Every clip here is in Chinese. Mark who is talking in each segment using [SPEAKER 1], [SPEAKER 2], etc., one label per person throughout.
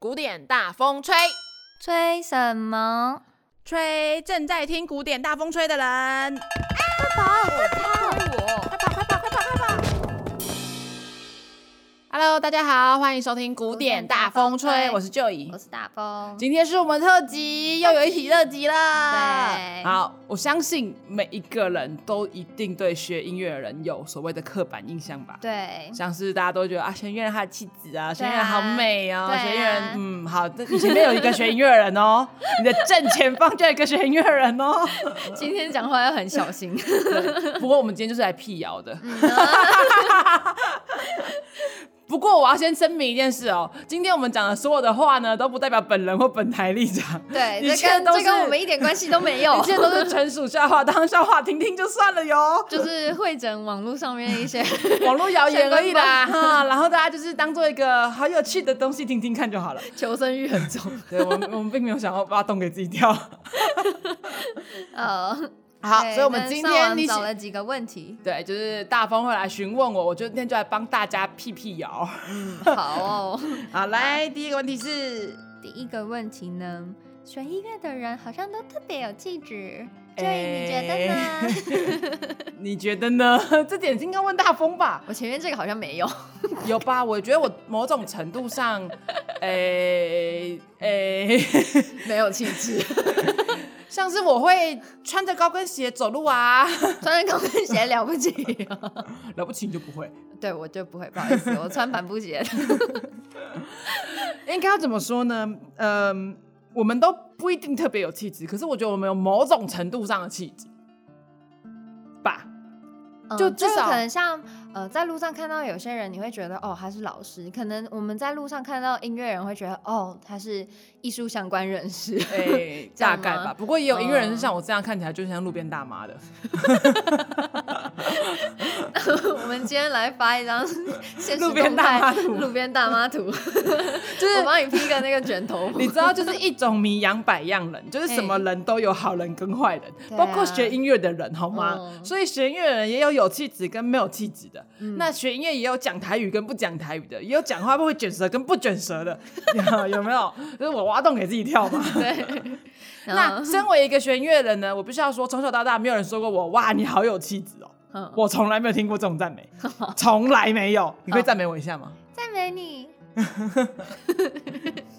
[SPEAKER 1] 古典大风吹，
[SPEAKER 2] 吹什么？
[SPEAKER 1] 吹正在听古典大风吹的人。
[SPEAKER 2] 哦我
[SPEAKER 1] Hello，大家好，欢迎收听古典大风
[SPEAKER 2] 古典
[SPEAKER 1] 吹，
[SPEAKER 2] 大风吹
[SPEAKER 1] 我是 Joy
[SPEAKER 2] 我。是大风，
[SPEAKER 1] 今天是我们特辑，又有一题特辑啦。
[SPEAKER 2] 对
[SPEAKER 1] 好，我相信每一个人都一定对学音乐的人有所谓的刻板印象吧。
[SPEAKER 2] 对
[SPEAKER 1] 像是大家都觉得啊，弦乐人他的气质啊，弦乐人
[SPEAKER 2] 对啊
[SPEAKER 1] 好美哦，
[SPEAKER 2] 对啊
[SPEAKER 1] 弦乐人嗯好，这你前面有一个学音乐人哦， 你的正前方就有一个学音乐人 哦。
[SPEAKER 2] 今天讲话要很小心。
[SPEAKER 1] 对不过我们今天就是来辟谣的。
[SPEAKER 2] 嗯
[SPEAKER 1] 不过我要先声明一件事哦，今天我们讲的所有的话呢，都不代表本人或本台立 场。
[SPEAKER 2] 对，
[SPEAKER 1] 你
[SPEAKER 2] 这
[SPEAKER 1] 现在
[SPEAKER 2] 跟
[SPEAKER 1] 都
[SPEAKER 2] 这
[SPEAKER 1] 是
[SPEAKER 2] 跟我们一点关系都没有
[SPEAKER 1] 一，切都是纯属笑话，当笑话听听就算了 哟。
[SPEAKER 2] 就是会诊网络上面一 些
[SPEAKER 1] 网络谣言而已啦，哈，然后大家就是当做一个好有趣的东西听听看就好了。
[SPEAKER 2] 求生欲很 重。
[SPEAKER 1] 对我们，我们并没有想要挖洞给自己跳。
[SPEAKER 2] 呃，
[SPEAKER 1] 好，
[SPEAKER 2] 对
[SPEAKER 1] 所以我们
[SPEAKER 2] 那
[SPEAKER 1] 今
[SPEAKER 2] 上网
[SPEAKER 1] 天你
[SPEAKER 2] 找
[SPEAKER 1] 想
[SPEAKER 2] 了几个问题，
[SPEAKER 1] 对，就是大风会来询问我，我就今天就来帮大家辟辟谣。
[SPEAKER 2] 好哦。
[SPEAKER 1] 好，来第一个问题是，
[SPEAKER 2] 第一个问题呢，学音乐的人好像都特别有气质，这
[SPEAKER 1] 哎
[SPEAKER 2] 你觉得 呢？
[SPEAKER 1] 你觉得呢？ 这点应该问大风吧？
[SPEAKER 2] 我前面这个好像没有，
[SPEAKER 1] 有吧？我觉得我某种程度上，诶、诶、
[SPEAKER 2] 没有气 质，
[SPEAKER 1] 像是我会穿着高跟鞋走路啊，
[SPEAKER 2] 穿着高跟鞋了不起啊、
[SPEAKER 1] 了不起你就不会。
[SPEAKER 2] 对，我就不会，不好意思，我穿帆布鞋。
[SPEAKER 1] 应该要怎么说呢？嗯、我们都不一定特别有气质，可是我觉得我们有某种程度上的气质，吧？
[SPEAKER 2] 嗯
[SPEAKER 1] 就
[SPEAKER 2] 这
[SPEAKER 1] 至
[SPEAKER 2] 个
[SPEAKER 1] 少
[SPEAKER 2] 可能像呃，在路上看到有些人，你会觉得哦他是老师；可能我们在路上看到音乐人，会觉得哦他是艺术相关人士。
[SPEAKER 1] 哎、
[SPEAKER 2] 这
[SPEAKER 1] 大
[SPEAKER 2] 样吗嗯
[SPEAKER 1] 概吧。不过也有音乐人是像我这样看起来就像路边大妈 的。
[SPEAKER 2] 我们今天来发 一张现实
[SPEAKER 1] 路边
[SPEAKER 2] 动
[SPEAKER 1] 大
[SPEAKER 2] 态
[SPEAKER 1] 妈图
[SPEAKER 2] 路边大 妈图，
[SPEAKER 1] 是
[SPEAKER 2] 我帮你 P 个那个卷头发
[SPEAKER 1] 你知道，就是一种迷养百样人，就是什么人都有好人跟坏人，
[SPEAKER 2] 对啊
[SPEAKER 1] 包括学音乐的人，好吗？
[SPEAKER 2] 嗯
[SPEAKER 1] 所以学音乐的人也有有气质跟没有气质的，那学音乐也有讲台语跟不讲台语的，也有讲话不会卷舌跟不卷舌的， 有有没有？就是我挖洞给自己跳嘛。
[SPEAKER 2] 对，然
[SPEAKER 1] 那
[SPEAKER 2] 后
[SPEAKER 1] 身为一个学音乐人呢，我必须要说，从小到大没有人说过我哇，你好有气质哦。
[SPEAKER 2] 嗯
[SPEAKER 1] 我从来没有听过这种赞美，从来没有。你可以赞美我一下吗？
[SPEAKER 2] 赞 美你，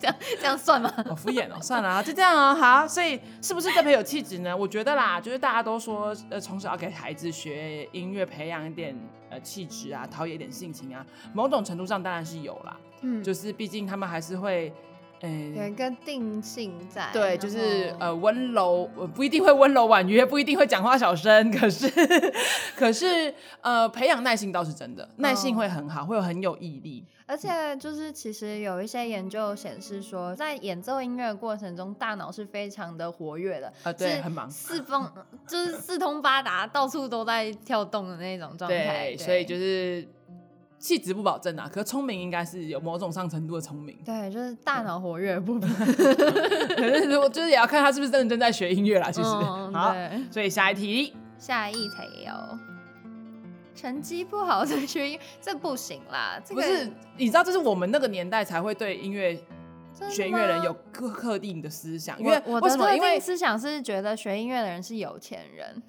[SPEAKER 2] 这样这样算吗？
[SPEAKER 1] 好敷衍哦，算了啊，就这样啊，好，所以是不是特别有气质呢？我觉得啦，就是大家都说，呃，从小要给孩子学音乐，培养一点呃气质啊，陶冶一点性情啊，某种程度上当然是有啦，
[SPEAKER 2] 嗯，
[SPEAKER 1] 就是毕竟他们还是会，嗯、
[SPEAKER 2] 有一个定性在，
[SPEAKER 1] 对，
[SPEAKER 2] 然
[SPEAKER 1] 就是
[SPEAKER 2] 后
[SPEAKER 1] 呃温柔，呃不一定会温柔婉约，不一定会讲话小声，可是可是呃培养耐性倒是真的，耐
[SPEAKER 2] 嗯
[SPEAKER 1] 性会很好，会有很有毅力，
[SPEAKER 2] 而且就是，其实有一些研究显示说，在演奏音乐的过程中，大脑是非常的活跃的，
[SPEAKER 1] 呃对
[SPEAKER 2] 是
[SPEAKER 1] 很忙
[SPEAKER 2] 四方就是四通八达，到处都在跳动的那种状态。。
[SPEAKER 1] 对，所以就是是气质不保证啊，可是聪明应该是有某种上程度的聪明
[SPEAKER 2] 对，就是大脑活跃的部分。
[SPEAKER 1] 可是如果就是也要看他是不是认真在学音乐啦，其实、
[SPEAKER 2] 嗯，
[SPEAKER 1] 好。
[SPEAKER 2] 对，
[SPEAKER 1] 所以下一题，
[SPEAKER 2] 下一才有。成绩不好的学音，这不行啦，这
[SPEAKER 1] 不
[SPEAKER 2] 个
[SPEAKER 1] 是你知道，这是我们那个年代才会对音乐
[SPEAKER 2] 真的
[SPEAKER 1] 学音乐人
[SPEAKER 2] 吗
[SPEAKER 1] 有特特定的思想，因
[SPEAKER 2] 我
[SPEAKER 1] 为
[SPEAKER 2] 我
[SPEAKER 1] 为
[SPEAKER 2] 的
[SPEAKER 1] 什么？
[SPEAKER 2] 特
[SPEAKER 1] 因为
[SPEAKER 2] 定思想是觉得学音乐的人是有钱 人，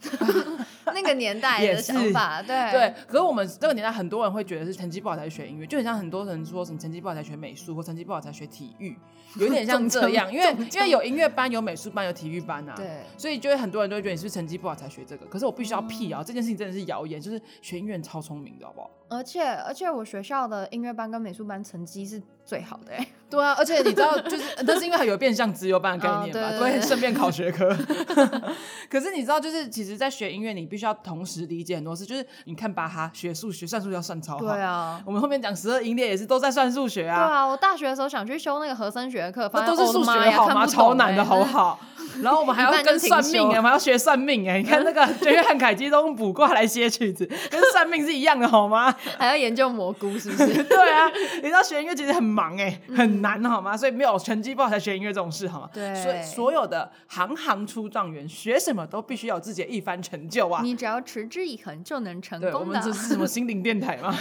[SPEAKER 2] 那个年代
[SPEAKER 1] 也
[SPEAKER 2] 的想
[SPEAKER 1] 是
[SPEAKER 2] 法，对
[SPEAKER 1] 对，可是我们这个年代很多人会觉得是成绩不好才学音乐，就很像很多人说什么成绩不好才学美术，或成绩不好才学体 育，有点像
[SPEAKER 2] 中
[SPEAKER 1] 这
[SPEAKER 2] 枪
[SPEAKER 1] 样，因为
[SPEAKER 2] 中
[SPEAKER 1] 因为有音乐班、有美术班、有体育班啊，
[SPEAKER 2] 对
[SPEAKER 1] 所以就会很多人都会觉得你是不是成绩不好才学这个。可是我必须要辟谣，这件事情真的是谣言，就是学音乐人超聪明的，好不好？
[SPEAKER 2] 而且而且我学校的音乐班跟美术班成绩是最好的、欸，
[SPEAKER 1] 对啊，而且你知 道，就是但是因为还有变相资优班的概 念吧，
[SPEAKER 2] 哦对对
[SPEAKER 1] 所以
[SPEAKER 2] 对
[SPEAKER 1] 顺便考学科。 可是你知道，就是其实，在学音乐，你必须要同时理解很多事，就是你看巴哈学数学、算数要算哦 超好。
[SPEAKER 2] 对啊。
[SPEAKER 1] 我们后面讲十二音列也是都在算数学
[SPEAKER 2] 对啊，我大学的时候想去修那个和声学的课，发
[SPEAKER 1] 那
[SPEAKER 2] 现
[SPEAKER 1] 都是
[SPEAKER 2] 哦
[SPEAKER 1] 数学
[SPEAKER 2] 妈呀
[SPEAKER 1] 好
[SPEAKER 2] 看
[SPEAKER 1] 吗？
[SPEAKER 2] 不
[SPEAKER 1] 超
[SPEAKER 2] 懂
[SPEAKER 1] 难
[SPEAKER 2] 欸
[SPEAKER 1] 的好不？好？然后我们还要
[SPEAKER 2] 一半就
[SPEAKER 1] 跟算
[SPEAKER 2] 停
[SPEAKER 1] 命
[SPEAKER 2] 休
[SPEAKER 1] 哎，我们还要学算命哎。你看那个就约翰凯基都用卜卦来写曲 子，跟算命是一样的好吗？
[SPEAKER 2] 那 还要研究蘑菇是不 是？
[SPEAKER 1] 对啊，你知道学音乐其实很忙哎，很难好吗？所以没有成绩不好才学音乐这种事好吗？
[SPEAKER 2] 对
[SPEAKER 1] 所以所有的行行出状元，学什么都必须要有自己的一番成就啊。
[SPEAKER 2] 你只要持之以恒就能成
[SPEAKER 1] 对，我
[SPEAKER 2] 功
[SPEAKER 1] 们
[SPEAKER 2] 的
[SPEAKER 1] 这。是什么心灵电台吗？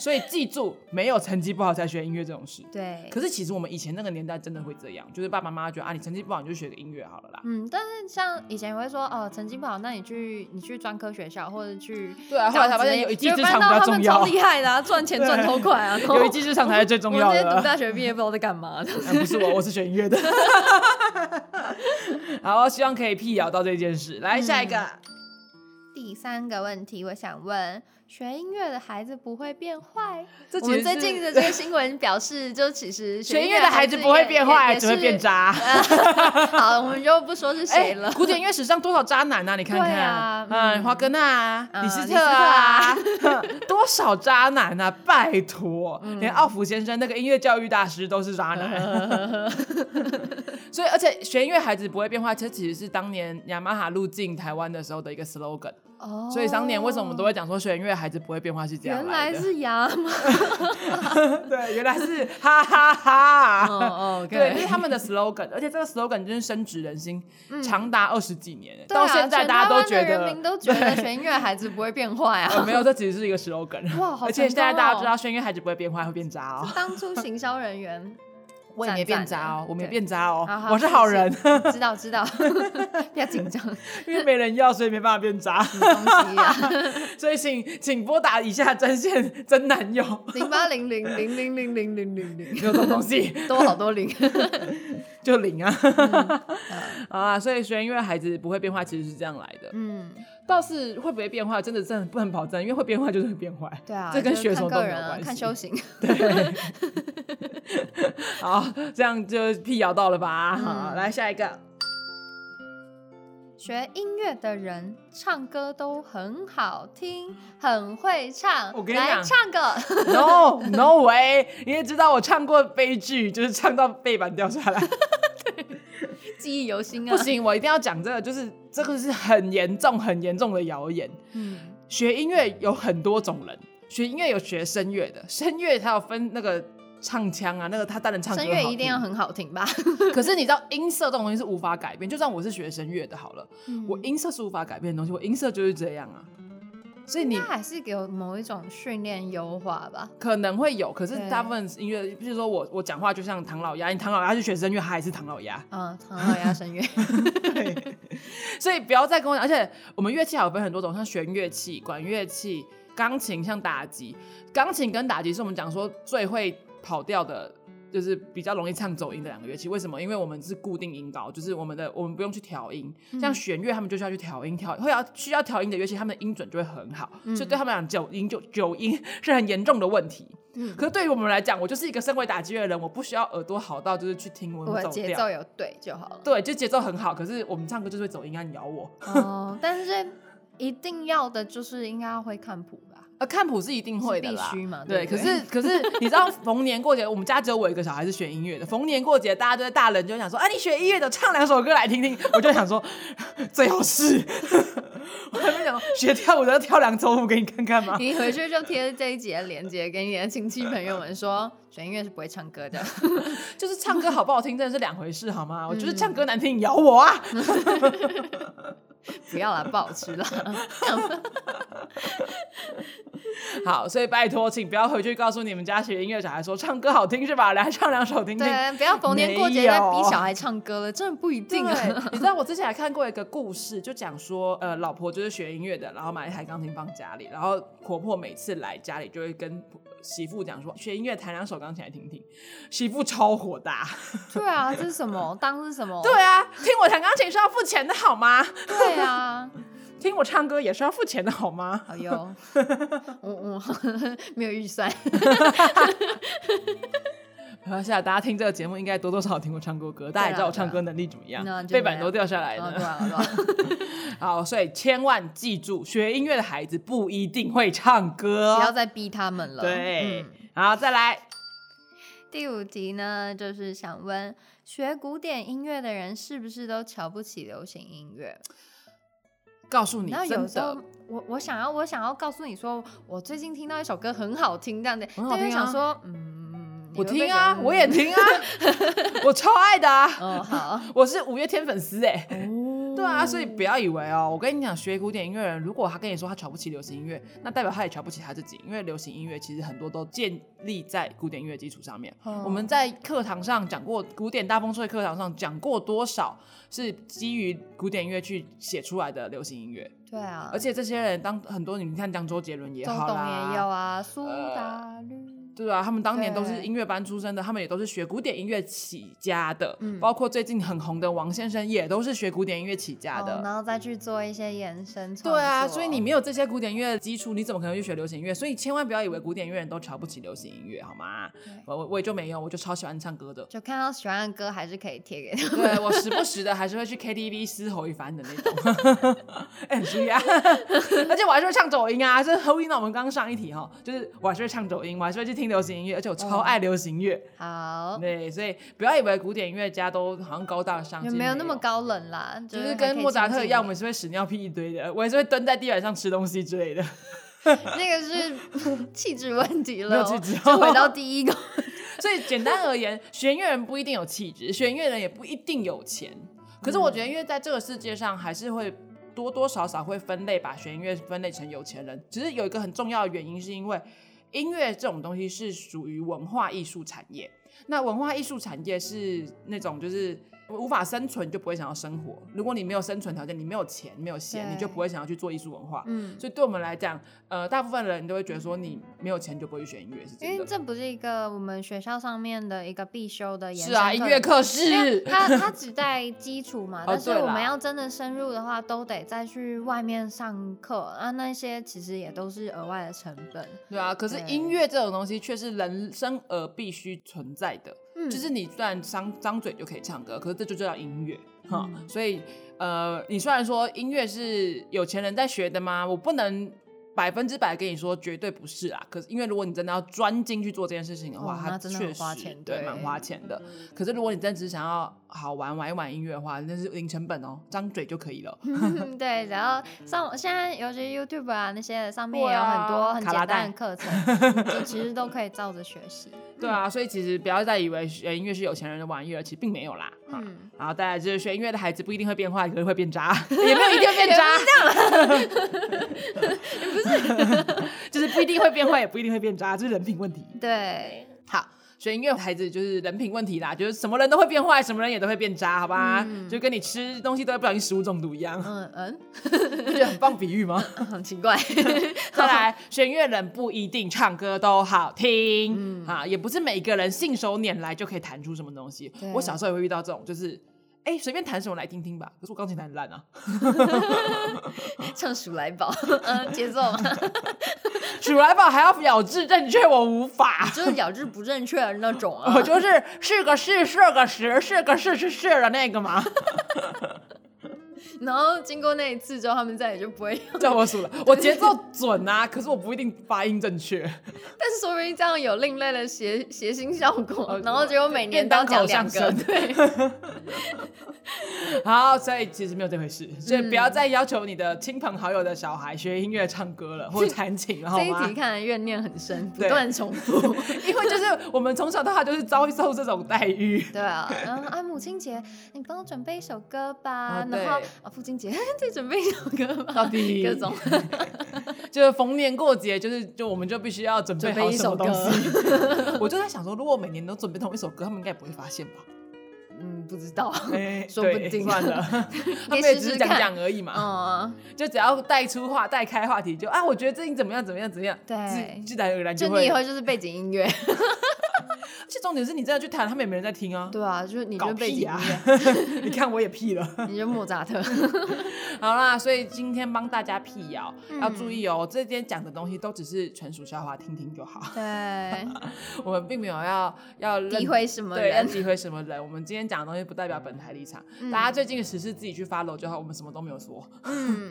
[SPEAKER 1] 所以记住，没有成绩不好才学音乐这种事。
[SPEAKER 2] 对，
[SPEAKER 1] 可是其实我们以前那个年代真的会这样，就是爸爸妈妈觉得啊，你成绩不好你就学个音乐好了 啦。
[SPEAKER 2] 嗯，但是像以前也会说，哦，成绩不好，那你去你去专科学校或者去
[SPEAKER 1] 对啊后来才发现有一技之长比较重
[SPEAKER 2] 就
[SPEAKER 1] 要
[SPEAKER 2] 发现他们超厉害的、啊，赚钱赚头快啊，
[SPEAKER 1] 有一技之长才是最重要
[SPEAKER 2] 我这些
[SPEAKER 1] 的
[SPEAKER 2] 读。大学毕业不知道在干嘛的。
[SPEAKER 1] 啊、不是我，我是学音乐的。 好，希望可以辟谣到这件事。来下一个，
[SPEAKER 2] 嗯第三个问题，我想问：学音乐的孩子不会变坏？
[SPEAKER 1] 这
[SPEAKER 2] 我
[SPEAKER 1] 其实
[SPEAKER 2] 们最近的这个新闻表示，就其实
[SPEAKER 1] 学音
[SPEAKER 2] 音
[SPEAKER 1] 乐的孩子
[SPEAKER 2] 也
[SPEAKER 1] 不会变坏，
[SPEAKER 2] 也
[SPEAKER 1] 只会变。渣。
[SPEAKER 2] 也是好，我们就不说是谁了。
[SPEAKER 1] 哎古典音乐史上多少渣男啊！你看看，
[SPEAKER 2] 对啊
[SPEAKER 1] 嗯，
[SPEAKER 2] 嗯
[SPEAKER 1] 华格纳啊、
[SPEAKER 2] 嗯
[SPEAKER 1] 李斯特啊， 多少渣男啊！拜托，
[SPEAKER 2] 嗯
[SPEAKER 1] 连奥弗先生那个音乐教育大师都是渣
[SPEAKER 2] 嗯
[SPEAKER 1] 男。 所以，而且学音乐孩子不会变坏，这其实是当年雅马哈入境台湾的时候的一个 slogan。
[SPEAKER 2] 哦
[SPEAKER 1] 所以当年为什么我们都会讲说学音乐孩子不会变坏是这样
[SPEAKER 2] 原来
[SPEAKER 1] 的？
[SPEAKER 2] 是牙吗？
[SPEAKER 1] 对，原来是哈哈哈。
[SPEAKER 2] 哦，OK，
[SPEAKER 1] 对，这是他们的 slogan，而且这个 slogan 真是深植人心，长达二十几年、
[SPEAKER 2] 嗯对
[SPEAKER 1] 到
[SPEAKER 2] 啊
[SPEAKER 1] 现在
[SPEAKER 2] 全
[SPEAKER 1] 大家
[SPEAKER 2] 台
[SPEAKER 1] 都
[SPEAKER 2] 湾的
[SPEAKER 1] 觉得，
[SPEAKER 2] 人民都觉得学音乐的孩子不会变坏啊。
[SPEAKER 1] 呃没有，这其实是一个 slogan。
[SPEAKER 2] 哇好
[SPEAKER 1] 而且现在
[SPEAKER 2] 成功哦
[SPEAKER 1] 大家知道，轩辕孩子不会变坏，会变渣哦。
[SPEAKER 2] 当初行销人员，
[SPEAKER 1] 我也没变渣哦，我没变渣哦
[SPEAKER 2] 啊好，好
[SPEAKER 1] 我是好人，
[SPEAKER 2] 知道知道，不要紧张，
[SPEAKER 1] 因为没人要，所以没办法变 渣。
[SPEAKER 2] 什么东西啊？
[SPEAKER 1] 所以请请拨打以下专线真男友，
[SPEAKER 2] 零八零零零零零零零零零，
[SPEAKER 1] 有这种东西
[SPEAKER 2] 多好多零。
[SPEAKER 1] 就零啊。
[SPEAKER 2] 嗯
[SPEAKER 1] 啊，所以学音乐孩子不会变坏，其实是这样来的。
[SPEAKER 2] 嗯，
[SPEAKER 1] 倒是会不会变坏，真的真的不能保证，因为会变坏就是会变坏。
[SPEAKER 2] 对啊，
[SPEAKER 1] 这跟
[SPEAKER 2] 就是
[SPEAKER 1] 学什么
[SPEAKER 2] 看
[SPEAKER 1] 都
[SPEAKER 2] 个
[SPEAKER 1] 没有
[SPEAKER 2] 人啊
[SPEAKER 1] 关，
[SPEAKER 2] 看
[SPEAKER 1] 系。
[SPEAKER 2] 修行。
[SPEAKER 1] 好，这样就辟谣到了吧？好，
[SPEAKER 2] 嗯
[SPEAKER 1] 来下一个。
[SPEAKER 2] 学音乐的人唱歌都很好听，很会唱。
[SPEAKER 1] 我跟你
[SPEAKER 2] 来
[SPEAKER 1] 讲
[SPEAKER 2] 唱个，
[SPEAKER 1] No No way！你也知道我唱过悲剧，就是唱到背板掉下来。
[SPEAKER 2] 啊记忆犹新
[SPEAKER 1] 不。
[SPEAKER 2] 啊
[SPEAKER 1] 行，我一定要讲这个，就是这个是很严重、很严重的谣言。
[SPEAKER 2] 嗯，
[SPEAKER 1] 学音乐有很多种人，学音乐有学声乐的，声乐它有分那个唱腔啊，那个他当然唱歌
[SPEAKER 2] 声乐
[SPEAKER 1] 好
[SPEAKER 2] 一定要
[SPEAKER 1] 听。
[SPEAKER 2] 很好听吧？
[SPEAKER 1] 可是你知道音色这种东西是无法改变，就算我是学声乐的，好了，
[SPEAKER 2] 嗯
[SPEAKER 1] 我音色是无法改变的东西，我音色就是这样啊。所以你
[SPEAKER 2] 那还是有某一种训练优化吧。
[SPEAKER 1] 可能会有，可是
[SPEAKER 2] 对
[SPEAKER 1] 大部分音乐，比如说我我讲话就像唐老鸭，你唐老鸭去学声乐，他还是唐老鸭。
[SPEAKER 2] 嗯，唐老 鸭声乐，
[SPEAKER 1] 所以不要再跟我讲，而且我们乐器还有分很多种，像弦乐器、管乐器、钢琴，像打击。钢琴跟打击是我们讲说最会跑调的，就是比较容易唱走音的两个乐器。为什么？因为我们是固定音高，就是我们的我们不用去调音。
[SPEAKER 2] 嗯
[SPEAKER 1] 像弦乐他们就需要去调音，调会要需要调音的乐器，他们的音准就会很好，所以对他们来讲九音就九音是很严重的问题。
[SPEAKER 2] 嗯
[SPEAKER 1] 可是对于我们来讲，我就是一个身为打击乐的人，我不需要耳朵好到就是去听我
[SPEAKER 2] 我
[SPEAKER 1] 们
[SPEAKER 2] 的
[SPEAKER 1] 走
[SPEAKER 2] 节
[SPEAKER 1] 调。
[SPEAKER 2] 奏有对就 好了。
[SPEAKER 1] 对，就节奏很好，可是我们唱歌就是会走音啊，你咬我。
[SPEAKER 2] 哦，但是一定要的就是应该要会看谱 吧？
[SPEAKER 1] 呃，看谱是一定会的啦，
[SPEAKER 2] 是必须嘛
[SPEAKER 1] 对，
[SPEAKER 2] 对
[SPEAKER 1] 可
[SPEAKER 2] 不
[SPEAKER 1] 是可
[SPEAKER 2] 对
[SPEAKER 1] 是你知道逢年过节，我们家只有我一个小孩是学音乐的。逢年过节，大家都在大人就会想说，哎、你学音乐的，唱两首歌来听听。我就想说， 最好是，我还没想说学跳舞的要跳两首舞给你看看吗？
[SPEAKER 2] 你回去就贴这一节的链接给你的亲戚朋友们说，学音乐是不会唱歌的。
[SPEAKER 1] 就是唱歌好不好听真的是两回事，好吗？我就是唱歌难听，你咬我啊！
[SPEAKER 2] 不要啦，不好吃啦。
[SPEAKER 1] 好，所以拜托，请不要回去告诉你们家学音乐小孩说唱歌好听是吧？来唱两首听听。
[SPEAKER 2] 对，不要逢年过节再逼小孩唱歌了，真的不一定 啊。
[SPEAKER 1] 对，你知道我之前还看过一个故事，就讲说，呃，老婆就是学音乐的，然后买一台钢琴放家里，然后婆婆每次来家里就会跟媳妇讲说，学音乐弹两首钢琴来听听，媳妇超火大，
[SPEAKER 2] 对啊，这是什么？当是什么？
[SPEAKER 1] 对啊，听我弹钢琴是要付钱的好吗？
[SPEAKER 2] 对啊，
[SPEAKER 1] 听我唱歌也是要付钱的好吗？
[SPEAKER 2] 好 哟，我我嗯 没有预算。
[SPEAKER 1] 没关系啊，大家听这个节目应该多多少少听我唱过歌，大家也知道我唱歌能力怎么样
[SPEAKER 2] 对啊，对啊
[SPEAKER 1] 背板都掉下来
[SPEAKER 2] 哦
[SPEAKER 1] 了
[SPEAKER 2] 对。啊，对 啊，
[SPEAKER 1] 好，所以千万记住，学音乐的孩子不一定会唱歌
[SPEAKER 2] 不要
[SPEAKER 1] 哦。
[SPEAKER 2] 再逼他们了。
[SPEAKER 1] 对
[SPEAKER 2] 嗯，
[SPEAKER 1] 好，再来。
[SPEAKER 2] 第五题呢，就是想问，学古典音乐的人是不是都瞧不起流行音乐？
[SPEAKER 1] 告诉你，
[SPEAKER 2] 然后
[SPEAKER 1] 真
[SPEAKER 2] 有
[SPEAKER 1] 的
[SPEAKER 2] 时候，我我想要我想要告诉你说，我最近听到一首歌很好听，这样的，
[SPEAKER 1] 很好听啊
[SPEAKER 2] 但是想说，嗯，
[SPEAKER 1] 我
[SPEAKER 2] 你会不会
[SPEAKER 1] 听啊
[SPEAKER 2] 觉，得
[SPEAKER 1] 我也。听啊，我超爱的啊，
[SPEAKER 2] 嗯哦，好，
[SPEAKER 1] 我是五月天粉丝哎、
[SPEAKER 2] 哦，
[SPEAKER 1] 对啊，所以不要以为哦，我跟你讲，学古典音乐人，如果他跟你说他瞧不起流行音乐，那代表他也瞧不起他自己，因为流行音乐其实很多都建立在古典音乐基础上面。
[SPEAKER 2] 嗯
[SPEAKER 1] 我们在课堂上讲过古典大风吹课堂上讲过多少是基于古典音乐去写出来的流行音乐，
[SPEAKER 2] 对啊，
[SPEAKER 1] 而且这些人当很多，你看像周杰伦也
[SPEAKER 2] 周
[SPEAKER 1] 好
[SPEAKER 2] 董
[SPEAKER 1] 啦，呃
[SPEAKER 2] 也有啊，苏打绿。
[SPEAKER 1] 对啊，他们当年都是
[SPEAKER 2] 对
[SPEAKER 1] 音乐班出身的，他们也都是学古典音乐起家的，
[SPEAKER 2] 嗯
[SPEAKER 1] 包括最近很红的王先生也都是学古典音乐起家的。
[SPEAKER 2] 哦然后再去做一些延伸创
[SPEAKER 1] 对啊，
[SPEAKER 2] 作
[SPEAKER 1] 所以你没有这些古典音乐的基础，你怎么可能去学流行音乐？所以千万不要以为古典音乐人都瞧不起流行音乐，好吗？
[SPEAKER 2] 对
[SPEAKER 1] 我我我也就没有，我就超喜欢唱歌
[SPEAKER 2] 。
[SPEAKER 1] 的
[SPEAKER 2] 就看到喜欢的歌还是可以贴给他。
[SPEAKER 1] 对我时不时的还是会去 KTV 嘶吼一番的那种， 哎很注意啊！ 而且我还是会唱走音啊，这呼应到我们刚刚上一题哈，就是我还是会唱走音，我还是会去听流行音乐，而且我
[SPEAKER 2] 哦
[SPEAKER 1] 超爱流行乐。
[SPEAKER 2] 好，
[SPEAKER 1] 对，所以不要以为古典音乐家都好像高大上，
[SPEAKER 2] 也
[SPEAKER 1] 其实
[SPEAKER 2] 没
[SPEAKER 1] 没
[SPEAKER 2] 有那么，高冷啦，
[SPEAKER 1] 哦就
[SPEAKER 2] 还
[SPEAKER 1] 是
[SPEAKER 2] 可以
[SPEAKER 1] 跟莫扎特一样，我也
[SPEAKER 2] 亲
[SPEAKER 1] 是会屎尿屁一堆的，我也是会蹲在地板上吃东西之类的。
[SPEAKER 2] 近你，那个是 气质问题了。
[SPEAKER 1] 没有气质哦
[SPEAKER 2] 就回到第 一个，
[SPEAKER 1] 所以简单而言，学音乐人不一定有气质，学音乐人也不一定有钱。可是我觉得，因为在这个世界上，还是会多多少少会分类，把学音乐分类成有钱人。只是有一个很重要的原因，是因为音乐这种东西是属于文化艺术产业。那文化艺术产业是那种就是无法生存就不会想要生活。如果你没有生存条件，你没有钱、没有闲，
[SPEAKER 2] 对
[SPEAKER 1] 你就不会想要去做艺术文化。
[SPEAKER 2] 嗯，
[SPEAKER 1] 所以对我们来讲，呃，大部分人都会觉得说，你没有钱就不会去学音乐，是真
[SPEAKER 2] 因
[SPEAKER 1] 的
[SPEAKER 2] 为。这不是一个我们学校上面的一个必修的延
[SPEAKER 1] 是
[SPEAKER 2] 伸
[SPEAKER 1] 啊，音乐课是。，
[SPEAKER 2] 它它只在基础嘛 但是
[SPEAKER 1] 对
[SPEAKER 2] 我
[SPEAKER 1] 啦
[SPEAKER 2] 们要真的深入的话，都得再去外面上课啊，那些其实也都是额外的成本。
[SPEAKER 1] 对啊，可是
[SPEAKER 2] 对
[SPEAKER 1] 音乐这种东西却是人生而必须存在的，
[SPEAKER 2] 嗯，
[SPEAKER 1] 就是你虽然张张嘴就可以唱歌，可是这就叫音乐哈。
[SPEAKER 2] 嗯
[SPEAKER 1] 所以呃，你虽然说音乐是有钱人在学的吗？我不能。百分之百跟你说，绝对不是啊！可是因为如果你真的要专精去做这件事情的话，
[SPEAKER 2] 哦
[SPEAKER 1] 它
[SPEAKER 2] 那真的
[SPEAKER 1] 确
[SPEAKER 2] 很花
[SPEAKER 1] 实
[SPEAKER 2] 钱
[SPEAKER 1] 对，
[SPEAKER 2] 对
[SPEAKER 1] 蛮花钱的。可是如果你真的只是想要好玩玩一玩音乐的话，那是零成本哦，张嘴就可以了。
[SPEAKER 2] 对，然后上现在尤其 YouTube 啊那些上面
[SPEAKER 1] 对
[SPEAKER 2] 也有
[SPEAKER 1] 啊
[SPEAKER 2] 很多很
[SPEAKER 1] 卡
[SPEAKER 2] 简
[SPEAKER 1] 拉
[SPEAKER 2] 单
[SPEAKER 1] 带
[SPEAKER 2] 的课程，就其实都可以照着学习。
[SPEAKER 1] 对啊，所以其实不要再以为学音乐是有钱人的玩意儿，其实并没有啦。哈
[SPEAKER 2] 嗯，
[SPEAKER 1] 然后再来就是学音乐的孩子不一定会变坏，可是会变 渣，也没有一定会变渣，不是， 就是不一定会变坏，也不一定会变渣，这、是人品问 题。
[SPEAKER 2] 对，
[SPEAKER 1] 好，学音乐的孩子就是人品问题啦，就是什么人都会变坏，什么人也都会变渣，好吧？
[SPEAKER 2] 嗯
[SPEAKER 1] 就跟你吃东西都会不小心食物中毒一样，
[SPEAKER 2] 嗯嗯，
[SPEAKER 1] 不觉得很棒比喻吗？
[SPEAKER 2] 很 奇怪。
[SPEAKER 1] 再来，弦乐人不一定唱歌都好听，
[SPEAKER 2] 嗯
[SPEAKER 1] 啊，也不是每个人信手拈来就可以弹出什么东西
[SPEAKER 2] 对。啊
[SPEAKER 1] 我小时候也会遇到这种，就是。哎，随便弹什么来听听吧。可是我钢琴弹得烂啊，
[SPEAKER 2] 唱鼠来宝， 嗯，节奏嘛，
[SPEAKER 1] 鼠来宝还要咬字正确，我无法。
[SPEAKER 2] 就是咬字不正确的那种啊
[SPEAKER 1] 我。就是是个是是个十是个是是是的那个嘛，
[SPEAKER 2] 然后经过那一次之后，他们再也就不会用。
[SPEAKER 1] 叫我数了。我节奏准啊，可是我不一定发音正 确。
[SPEAKER 2] 但是说不定这样有另类的谐谐星效果
[SPEAKER 1] 哦，
[SPEAKER 2] 然后结果每
[SPEAKER 1] 便
[SPEAKER 2] 年都
[SPEAKER 1] 当口
[SPEAKER 2] 讲两
[SPEAKER 1] 相
[SPEAKER 2] 个，
[SPEAKER 1] 声
[SPEAKER 2] 对，
[SPEAKER 1] 好，所以其实没有这回事，所以不
[SPEAKER 2] 嗯
[SPEAKER 1] 要再要求你的亲朋好友的小孩学音乐、唱歌了或者弹琴了，好
[SPEAKER 2] 这一
[SPEAKER 1] 吗？
[SPEAKER 2] 题看来怨念很深，不
[SPEAKER 1] 对
[SPEAKER 2] 断 重复。
[SPEAKER 1] 因为就是我们从小到大就是遭受这种待遇。
[SPEAKER 2] 对啊，然后啊，母亲节你帮我准备一首歌吧，
[SPEAKER 1] 哦
[SPEAKER 2] 然后
[SPEAKER 1] 对
[SPEAKER 2] 啊，父亲节 再准备一首歌吧，
[SPEAKER 1] 到底
[SPEAKER 2] 各种
[SPEAKER 1] 就是逢年过节，就是就我们就必须要准备好什么东西。 我就在想说，如果每年都准备同一首歌，他们应该不会发现吧？
[SPEAKER 2] 嗯，不知道，
[SPEAKER 1] 哎
[SPEAKER 2] 说不
[SPEAKER 1] 对
[SPEAKER 2] 定
[SPEAKER 1] 算了， 他们
[SPEAKER 2] 可以
[SPEAKER 1] 也
[SPEAKER 2] 试
[SPEAKER 1] 只是
[SPEAKER 2] 试
[SPEAKER 1] 讲
[SPEAKER 2] 看
[SPEAKER 1] 讲而已嘛。
[SPEAKER 2] 嗯，
[SPEAKER 1] 就只要带出话、带开话题，就啊，我觉得最近怎么样、怎么样、怎么样，
[SPEAKER 2] 对
[SPEAKER 1] 自自然而然
[SPEAKER 2] 就
[SPEAKER 1] 会。
[SPEAKER 2] 你以后就是背景音乐，
[SPEAKER 1] 而且重点是你真的去弹，他们也没人在听啊。
[SPEAKER 2] 对啊，就是你就
[SPEAKER 1] 搞
[SPEAKER 2] 是背景
[SPEAKER 1] 屁
[SPEAKER 2] 音
[SPEAKER 1] 啊
[SPEAKER 2] 乐，！
[SPEAKER 1] 你看我也屁了。
[SPEAKER 2] 你就莫扎 特，
[SPEAKER 1] 好啦，所以今天帮大家辟谣，
[SPEAKER 2] 嗯
[SPEAKER 1] 要注意哦，这边讲的东西都只是纯属笑话，听听就好。
[SPEAKER 2] 对，
[SPEAKER 1] 我们并没有要要认
[SPEAKER 2] 诋毁什么
[SPEAKER 1] 对，要
[SPEAKER 2] 人？
[SPEAKER 1] 诋毁什么人？我们今天讲的东西不代表本台立场，
[SPEAKER 2] 嗯
[SPEAKER 1] 大家最近的时事自己去 follow 就好，我们什么都没有说。
[SPEAKER 2] 嗯，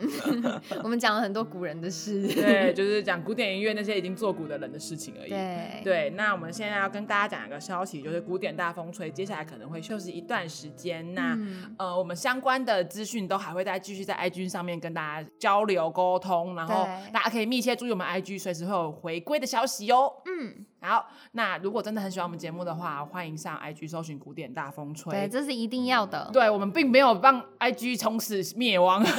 [SPEAKER 2] 我们讲了很多古人的事，
[SPEAKER 1] 对，就是讲古典音乐那些已经做古的人的事情而已。
[SPEAKER 2] 对
[SPEAKER 1] 对，那我们现在要跟大家讲一个消息，就是古典大风吹，接下来可能会休息一段时间。那、
[SPEAKER 2] 嗯
[SPEAKER 1] 呃，我们相关的资讯都还会再继续在 IG 上面跟大家交流沟通，然后
[SPEAKER 2] 对
[SPEAKER 1] 大家可以密切注意我们 IG，随时会有回归的消息哦。
[SPEAKER 2] 嗯，
[SPEAKER 1] 好，那如果真的很喜欢我们节目的话，欢迎上 IG 搜寻古典大风
[SPEAKER 2] 对，
[SPEAKER 1] 吹。
[SPEAKER 2] 这是一定要的。
[SPEAKER 1] 对，我们并没有让 IG 从此灭亡，
[SPEAKER 2] 对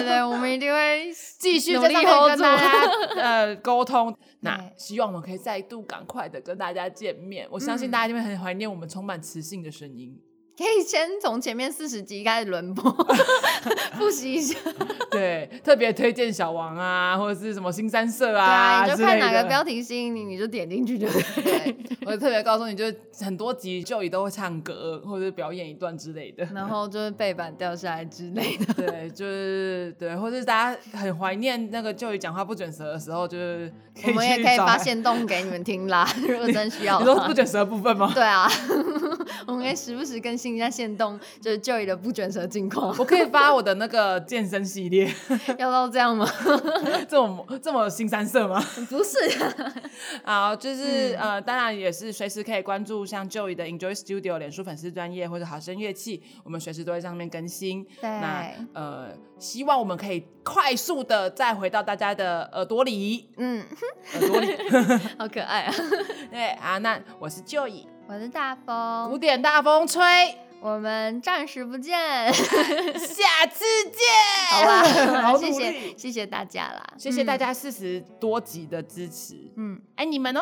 [SPEAKER 2] 对对，我们一定会
[SPEAKER 1] 继续
[SPEAKER 2] 努
[SPEAKER 1] 在
[SPEAKER 2] 力
[SPEAKER 1] 上面
[SPEAKER 2] hold
[SPEAKER 1] 跟
[SPEAKER 2] 住
[SPEAKER 1] 大 家呃沟通。那
[SPEAKER 2] 对
[SPEAKER 1] 希望我们可以再度赶快的跟大家见面。我相信
[SPEAKER 2] 嗯
[SPEAKER 1] 大家就会很怀念我们充满磁性的声音。
[SPEAKER 2] 可以先从前面四十集开始轮播， 复习一下。
[SPEAKER 1] 对，特别推荐小王啊，或者是什么新三社
[SPEAKER 2] 对啊，
[SPEAKER 1] 啊
[SPEAKER 2] 你
[SPEAKER 1] 之
[SPEAKER 2] 就
[SPEAKER 1] 类的，
[SPEAKER 2] 看哪个标题吸引你，你就点进去就对了。
[SPEAKER 1] 对，我特别告诉你，就是很多集就也都会唱歌或者表演一段之类的。
[SPEAKER 2] 然后就是背板掉下来之类的。
[SPEAKER 1] 对，就是对，或是大家很怀念那个就宇讲话不卷舌的时候，就是可
[SPEAKER 2] 我
[SPEAKER 1] 以
[SPEAKER 2] 们也
[SPEAKER 1] 去
[SPEAKER 2] 可以
[SPEAKER 1] 找
[SPEAKER 2] 发
[SPEAKER 1] 来。
[SPEAKER 2] 现动给你们听啦，如果 真需要
[SPEAKER 1] 你
[SPEAKER 2] 的
[SPEAKER 1] 说不
[SPEAKER 2] 话。
[SPEAKER 1] 卷舌的部分 吗？
[SPEAKER 2] 对啊，我们可以时不时更新一下线动，就是 Joy 的不卷舌近况。
[SPEAKER 1] 我可以发我的那个健身系列，
[SPEAKER 2] 要到这样吗？
[SPEAKER 1] 这么这么新三色吗？
[SPEAKER 2] 不是啊，
[SPEAKER 1] 好，就是、呃，当然也是随时可以关注像 Joey 的 Enjoy Studio 脸书粉丝专业或者好声乐器，我们随时都会在上面更新。
[SPEAKER 2] 对
[SPEAKER 1] 那呃，希望我们可以快速的再回到大家的耳朵里，
[SPEAKER 2] 嗯，
[SPEAKER 1] 耳朵里。
[SPEAKER 2] 好可爱啊！
[SPEAKER 1] 对啊，那我是 Joey，
[SPEAKER 2] 我是大
[SPEAKER 1] 古
[SPEAKER 2] 风，
[SPEAKER 1] 典大风 吹，
[SPEAKER 2] 我们暂时不见，
[SPEAKER 1] 下次见。
[SPEAKER 2] 好 啦，
[SPEAKER 1] 好
[SPEAKER 2] 谢
[SPEAKER 1] 努
[SPEAKER 2] 谢嗯
[SPEAKER 1] 力，
[SPEAKER 2] 谢谢大家啦，
[SPEAKER 1] 谢谢大家四十多集的支持，
[SPEAKER 2] 嗯，嗯。
[SPEAKER 1] 爱你们哦。